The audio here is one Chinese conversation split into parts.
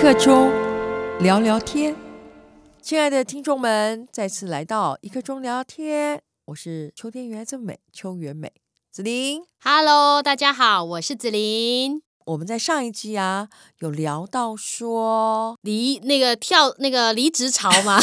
刻钟聊聊天，亲爱的听众们，再次来到一刻钟聊聊天，我是秋天原来这么美，秋原美子玲。 Hello，大家好，我是子琳。我们在上一集啊有聊到说，离那个跳那个离职潮 嘛，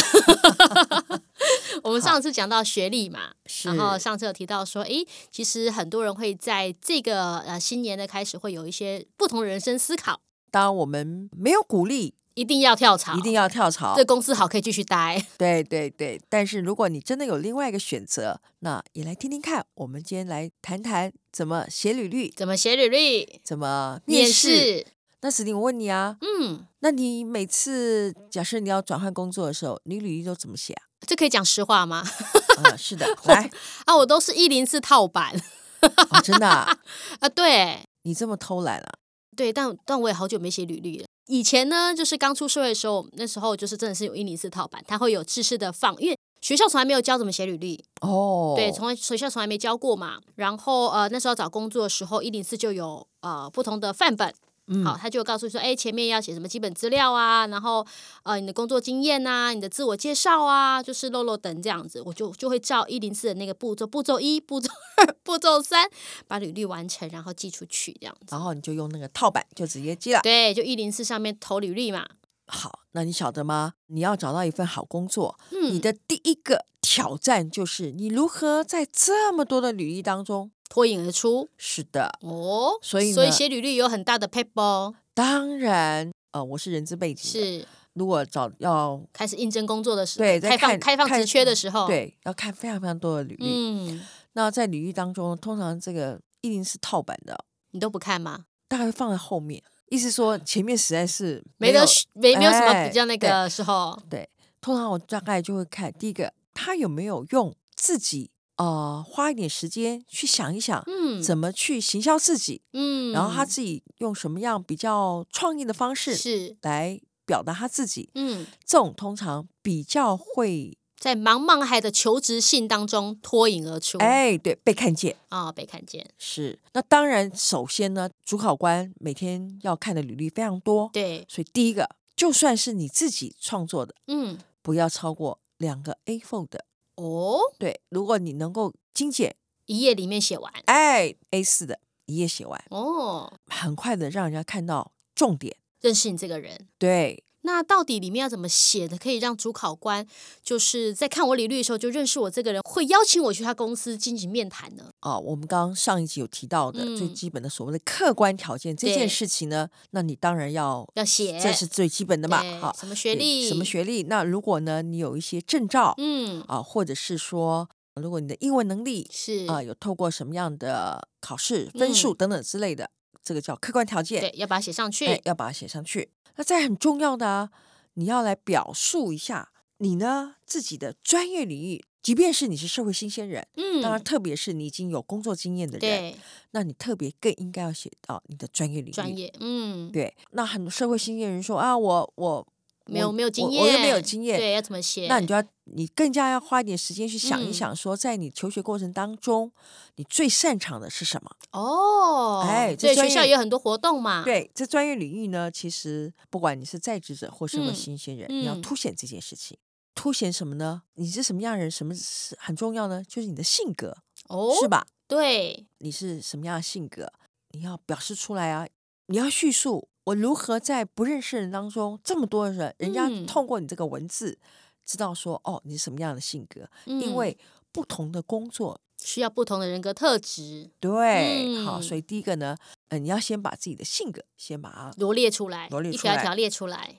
我们上次讲到学历嘛，是然后上次有提到说，诶，其实很多人会在这个呃新年的开始会有一些不同的人生思考，当我们没有鼓励，一定要跳槽，一定要跳槽啊对。公司好可以继续待。对对对，但是如果你真的有另外一个选择，那也来听听看。我们今天来谈谈怎么写履历，怎么写履历？怎么面面试。试，那史蒂，我问你啊，嗯，那你每次假设你要转换工作的时候，你履历都怎么写啊？这可以讲实话吗？ 嗯，是的，来，啊， 我都是一零四套版哦、真的、啊，啊，对，你这么偷懒了、对，但但我也好久没写履历了。以前呢，就是刚出社会的时候，那时候就是真的是有一零四套版，它会有制式的放，因为学校从来没有教怎么写履历，哦，对，从来学校从来没教过嘛。然后呃，那时候找工作的时候，一零四就有呃不同的范本，嗯好，他就告诉你说，哎，前面要写什么基本资料啊，然后呃你的工作经验啊，你的自我介绍啊，就是漏漏等这样子，我就就会照一零四的那个步骤，步骤一、步骤二、 步骤三，把履历完成，然后寄出去这样子。然后你就用那个套版就直接寄了。对，就一零四上面投履历嘛。好，那你晓得吗？你要找到一份好工作，你嗯，的第一个挑战就是你如何在这么多的履历当中，脱颖而出是的，哦。所以呢所以写履历有很大的 paper 当然，呃，我是人资背景的，是如果找要开始应征工作的时候，对在开放看开放看嗯职缺的时候，，对要看非常非常多的履历，嗯，那在履历当中，通常这个一定是套版的，你都不看吗？大概会放在后面，意思说前面实在是没有得没没有什么哎比较那个时候，对，通常我大概就会看第一个，他有没有用自己呃花一点时间去想一想，嗯怎么去行销自己，嗯，然后他自己用什么样比较创意的方式是来表达他自己，嗯，这种通常比较会在茫茫海的求职信当中脱颖而出，哎对被看见。啊，被看见，是，那当然，首先呢，主考官每天要看的履历非常多，对，所以第一个，就算是你自己创作的，嗯，不要超过两个 A4 的。哦，对，如果你能够精简，一页里面写完，哎，A4 的一页写完，哦，很快的让人家看到重点。认识你这个人，对，那到底里面要怎么写的，可以让主考官就是在看我履历的时候就认识我这个人，会邀请我去他公司进行面谈呢？啊、我们刚刚上一集有提到的、最嗯基本的所谓的客观条件这件对事情呢，那你当然要，要写，这是最基本的嘛。对好，什么学对历，什么，学历？那如果呢，你有一些证照，嗯，啊，或者是说，如果你的英文能力是啊、有透过什么样的考试、分数等等之类的，这个叫客观条件嗯对，，要把它写上去，哎，要把它写上去。那再很重要的啊，你要来表述一下你呢自己的专业领域，即便是你是社会新鲜人，嗯，当然特别是你已经有工作经验的人，对，那你特别更应该要写到你的专业领域。专业，嗯，对，那很多社会新鲜人说啊，我我没有我没有经我验，我又没有经验，对，要怎么写？那你就要你更加要花一点时间去想一嗯想，说在你求学过程当中，你最擅长的是什么？哦，哎这对，专学业校也有很多活动嘛，，对，这专业领域呢，其实不管你是在职者或社会嗯新鲜人，你要嗯凸显这件事情。凸显什么呢？你是什么样的人？什么是很重要呢？就是你的性格，哦，是吧？对，你是什么样的性格？你要表示出来啊！你要叙述我如何在不认识人当中，这么多人，人家嗯透过你这个文字，知道说哦，你是什么样的性格。因嗯为不同的工作，需要不同的人格特质对，好，所嗯以第一个呢，呃，你要先把自己的性格先把它，罗列出来，罗列一出条一来条列出来，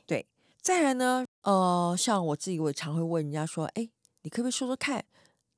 再来呢，呃，像我自己，我也常会问人家说，哎，你可不可以说说看，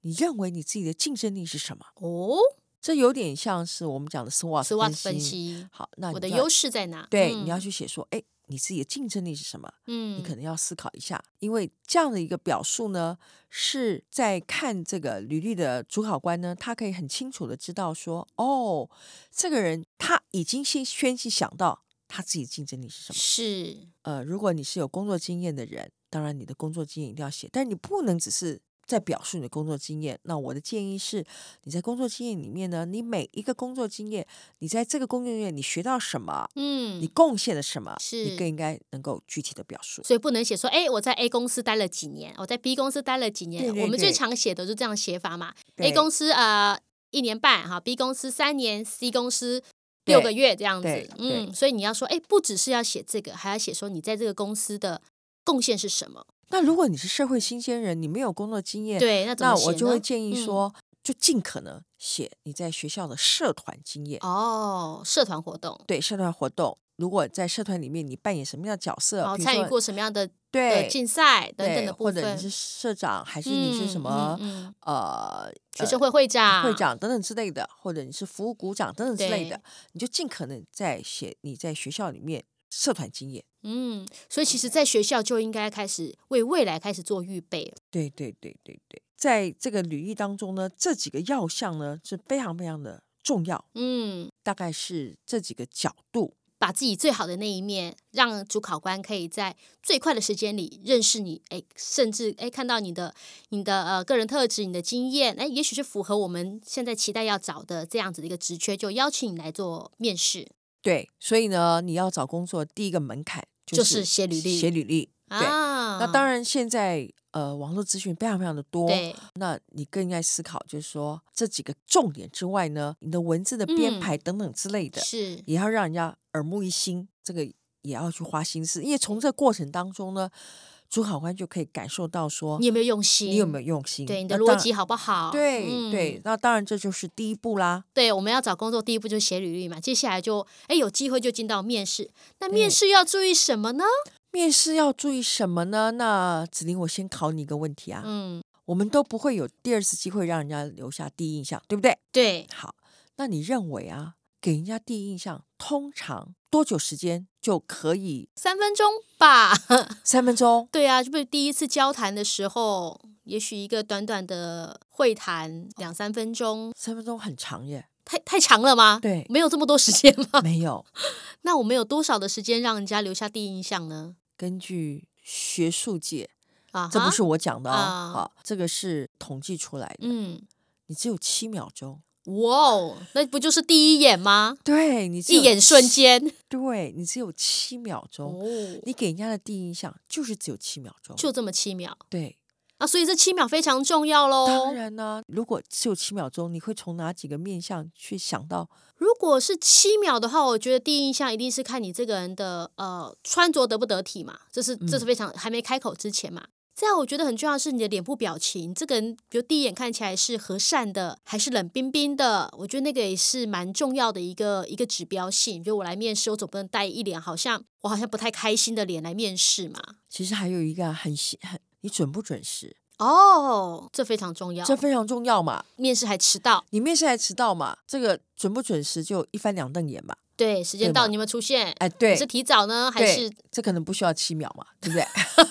你认为你自己的竞争力是什么？哦这有点像是我们讲的 SWOT ，SWOT 分分。析，好，那我你的就优势在哪？对，你要嗯去写说，哎，你自己的竞争力是什么？嗯，你可能要思考一下，因为这样的一个表述呢，是在看这个履历的主考官呢，他可以很清楚的知道说，哦，这个人他已经先先去想到他自己竞争力是什么。是呃，如果你是有工作经验的人，当然你的工作经验一定要写，但你不能只是在表述你的工作经验。那我的建议是，你在工作经验里面呢，你每一个工作经验，你在这个工作经验你学到什么，你嗯，贡献了什么，是你更应该能够具体的表述。所以不能写说，哎、我在 A 公司待了几年，我在 B 公司待了几年。对对我们对最常写的就是这样写法嘛对，A 公司呃一年半哈，B 公司三年，C 公司六个月这样对子。嗯，所以你要说，哎、不只是要写这个，还要写说你在这个公司的贡献是什么。那如果你是社会新鲜人，你没有工作经验，对，那怎那么写呢？我就会建议嗯说，就尽可能写你在学校的社团经验，哦，社团活动，对社团活动。如果在社团里面你扮演什么样的角色，然后比如哦参与说过什么样的的对竞赛等等对，的部或分，者你是社长，还是你是嗯什么、嗯嗯呃学生会会长，会长等等之类的，或者你是服务股长等等之类的对，你就尽可能在写你在学校里面社团经验。嗯，所以其实，在学校就应该开始为未来开始做预备。对对对对对，在这个履历当中呢，这几个要项呢是非常非常的重要，嗯，大概是这几个角度。把自己最好的那一面，让主考官可以在最快的时间里认识你，哎，甚至哎看到你的你的呃个人特质、你的经验，哎，也许是符合我们现在期待要找的这样子的一个职缺，就邀请你来做面试对，所以呢，你要找工作第一个门槛就是是写履历写履历。对啊。那当然，现在呃，网络资讯非常非常的多，对，那你更应该思考，就是说这几个重点之外呢，你的文字的编嗯排等等之类的，是也要让人家耳目一新，这个也要去花心思，因为从这过程当中呢，主考官就可以感受到说你有没有用心？你有没有用心，对你的那当逻然辑。好不好？对、嗯对，那当然这就是第一步啦。对，我们要找工作第一步就是写履历嘛，接下来就哎有机会就进到面试。那对面试要注意什么呢？面试要注意什么呢？那子玲，我先考你一个问题啊，嗯，我们都不会有第二次机会让人家留下第一印象，对不对？对，好，那你认为啊，给人家第一印象通常多久时间就可以？三分钟吧。 三分钟？对啊，就不是第一次交谈的时候，也许一个短短的会谈两三分钟，三分钟很长耶？太太长了吗？对没有这么多时间吗？ 没有，那我们有多少的时间让人家留下第一印象呢？根据学术界，啊哈，这不是我讲的哦，啊好，这个是统计出来的，嗯，你只有七秒钟。哇哦，那不就是第一眼吗？对你只一有眼瞬七，间对你只有七秒钟，哦，你给人家的第一印象就是只有七秒钟，就这么七秒对。啊，所以这七秒非常重要喽。当然呢、如果只有七秒钟，你会从哪几个面向去想到？如果是七秒的话，我觉得第一印象一定是看你这个人的呃穿着得不得体嘛，这是这嗯是非常、还没开口之前嘛。再来我觉得很重要的是你的脸部表情，这个人比如第一眼看起来是和善的，还是冷冰冰的，我觉得那个也是蛮重要的一个一个指标性。就我来面试，我总不能带一脸好像我好像不太开心的脸来面试嘛。其实还有一个啊很细很，你准不准时，哦，这非常重要。这非常重要嘛。面试还迟到，你面试还迟到嘛，这个准不准时就一翻两瞪眼嘛。对，时间对到嘛你有没有出现？哎，你对，是提早呢，还对是这可能不需要七秒嘛，对不对？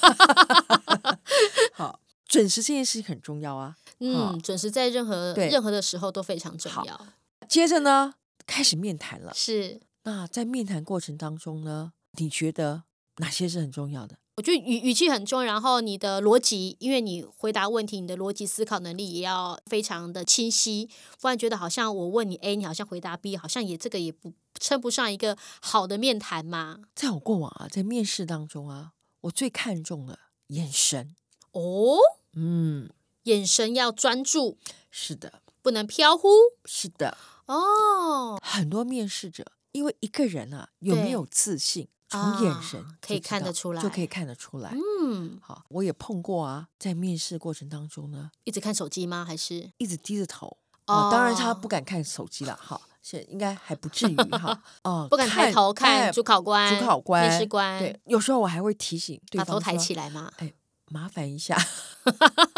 好，准时这件事情很重要啊。嗯，好准时在任何对任何的时候都非常重要。接着呢，开始面谈了。是，那在面谈过程当中呢，你觉得哪些是很重要的？我觉得语语气很重要，然后你的逻辑，因为你回答问题，你的逻辑思考能力也要非常的清晰，不然觉得好像我问你 A，你好像回答 B，好像也这个也不称不上一个好的面谈嘛。在我过往啊，在面试当中啊，我最看重的眼神。哦，嗯，眼神要专注，是的，不能飘忽。是的。哦，很多面试者因为一个人啊有对没有自信，从眼神啊就可以知看得道出就可来以看得出来。嗯，好，我也碰过啊，在面试过程当中呢，一直看手机吗？还是一直低着头啊、当然他不哦敢看手机了，哈，是应该还不至于 哈，哦、不敢抬头看哎主考官、主考官、面试官，对，有时候我还会提醒对把方头抬说起来嘛。哎，麻烦一下。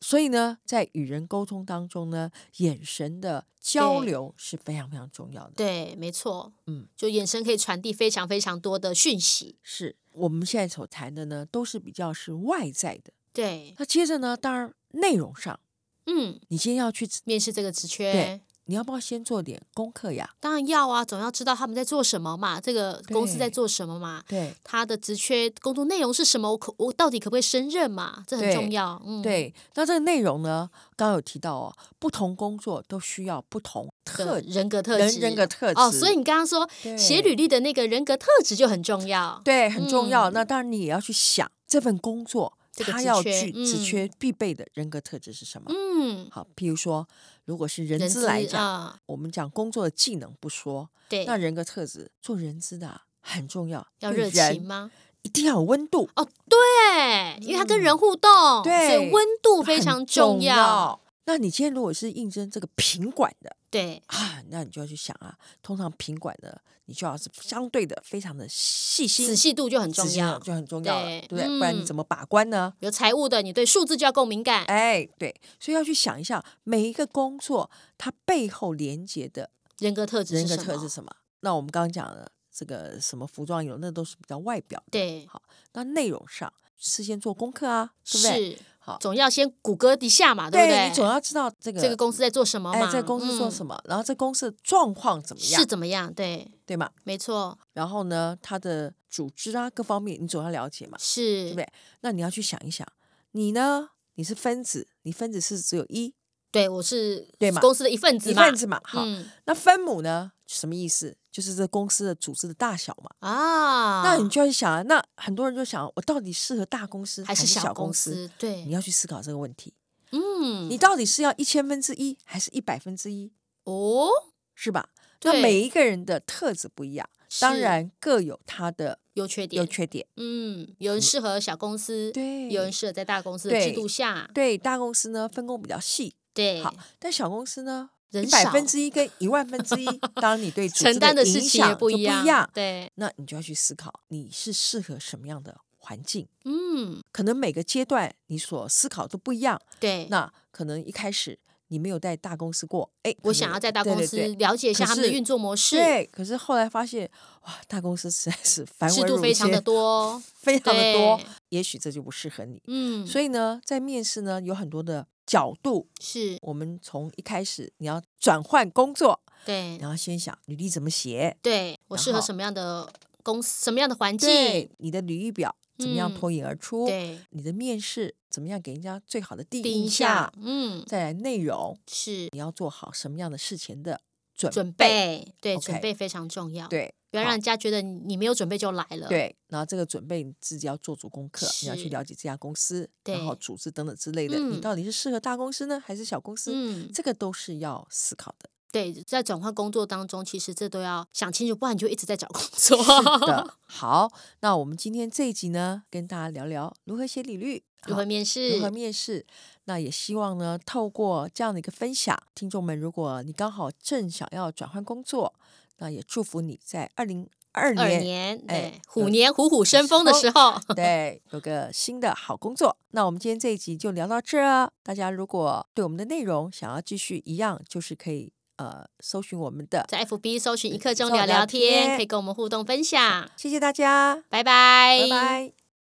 所以呢，在与人沟通当中呢，眼神的交对流是非常非常重要的。对，没错，嗯，就眼神可以传递非常非常多的讯息。是我们现在所谈的呢，都是比较是外在的。对，那接着呢，当然内容上，嗯，你今天要去知面试这个职缺对，你要不要先做点功课呀？当然要啊，总要知道他们在做什么嘛，这个公司在对做什么嘛，对他的职缺工作内容是什么，我可我到底可不可以胜任嘛，这很对重要。嗯，对，那这个内容呢，刚刚有提到哦，不同工作都需要不同特的人格特人质，人格特质哦，所以你刚刚说写对履历的那个人格特质就很重要。对很重要。那当然你也要去想这份工作，嗯这个它职要缺具职嗯缺必备的人格特质是什么？嗯，好，譬如说，如果是人人资来资讲，啊、我们讲工作的技能不说，对，那人格特质做人资的啊很重要，要对热人情吗？一定要有温度，哦，对，因为他跟人互动，所以嗯对温度非很常重要。那你今天如果是应征这个品管的对，啊，那你就要去想啊，通常品管的你就要是相对的非常的细心，仔细度就很仔重细要。就很重要了，对对不对？不然你嗯怎么把关呢？有财务的，你对数字就要够敏感，哎，对，所以要去想一下每一个工作它背后连接的人格特质人是格什特质么？是什么？那我们刚刚讲的这个什么服装有，那都是比较外表的。对，那内容上事先做功课啊，对不对？是好，总要先谷歌一下嘛，对不你总要知道这个这个公司在做什么哎嘛？，这个公司做什么？么，然后这公司的状况怎么样是，怎么样？对，对吗？没错，然后呢，它的组织啊各方面你总要了解嘛，对是不，对？那你要去想一想，你呢？你是分子，你分子是只有一对，我是对嘛公司的一份子一嘛，份子嘛，好，嗯那分母呢？什么意思？就是这公司的组织的大小嘛。啊，那你就要去想啊，那很多人就想，我到底适合大公司还是是小小公司？司？对你，要去思考这个问题，嗯，你到底是要一千分之一还是一百分之一，哦，是吧？那对每一个人的特质不一样，当是然各有他的有缺点优，缺点。嗯，有人适合小公司，对有人适合在大公司的制对度下，对大公司呢，分工比较细，对，好但小公司呢，人一少百分之一跟一万分 之一，当然你对组织承担的事影情也响就不一样，一样。对，那你就要去思考，你是适合什么样的环境？嗯，可能每个阶段你所思考都不一样。对，那可能一开始你没有在大公司过，哎，我可想能要在大对公对司对了解一下可他们的是运作模式，对，可是后来发现，哇，大公司实在是繁制文度缛非常节的，多，哦 非常的多对，也许这就不适合你。嗯，所以呢，在面试呢，有很多的角度，是我们从一开始你要转换工作，对你要先想履历怎么写，对，我然适合后什么样的公司，什么样的环境，对，你的履历表怎么样嗯脱颖而出，对，你的面试怎么样给人家最好的第定一一印下象，，嗯，再来内容，是你要做好什么样的事前的准备，准备，对，准 OK 备非常重要，，对，不要让好人家觉得你你没有准备就来了，，对，然后这个准备你自己要做足功课，你要是去了解这家公司，然后对组织等等之类的，嗯你到底是适合大公司呢，还是小公司？嗯，这个都是要思考 的。对，在转换工作当中，其实这都要想清楚，不然你就一直在找工作。是的，好，那我们今天这一集呢，跟大家聊聊如何写履历，如何好面试？如何面试。那也希望呢，透过这样的一个分享，听众们，如果你刚好正想要转换工作，那也祝福你在二零二二年年，对，哎虎有年虎虎生风的时候，对，有个新的好工作。那我们今天这一集就聊到这儿。哦大家如果对我们的内容想要继续一样，就是可以呃搜寻我们的。在 FB 搜寻一刻跟钟我聊聊聊天，天可以跟我们互动分享。谢谢大家，拜拜，拜拜。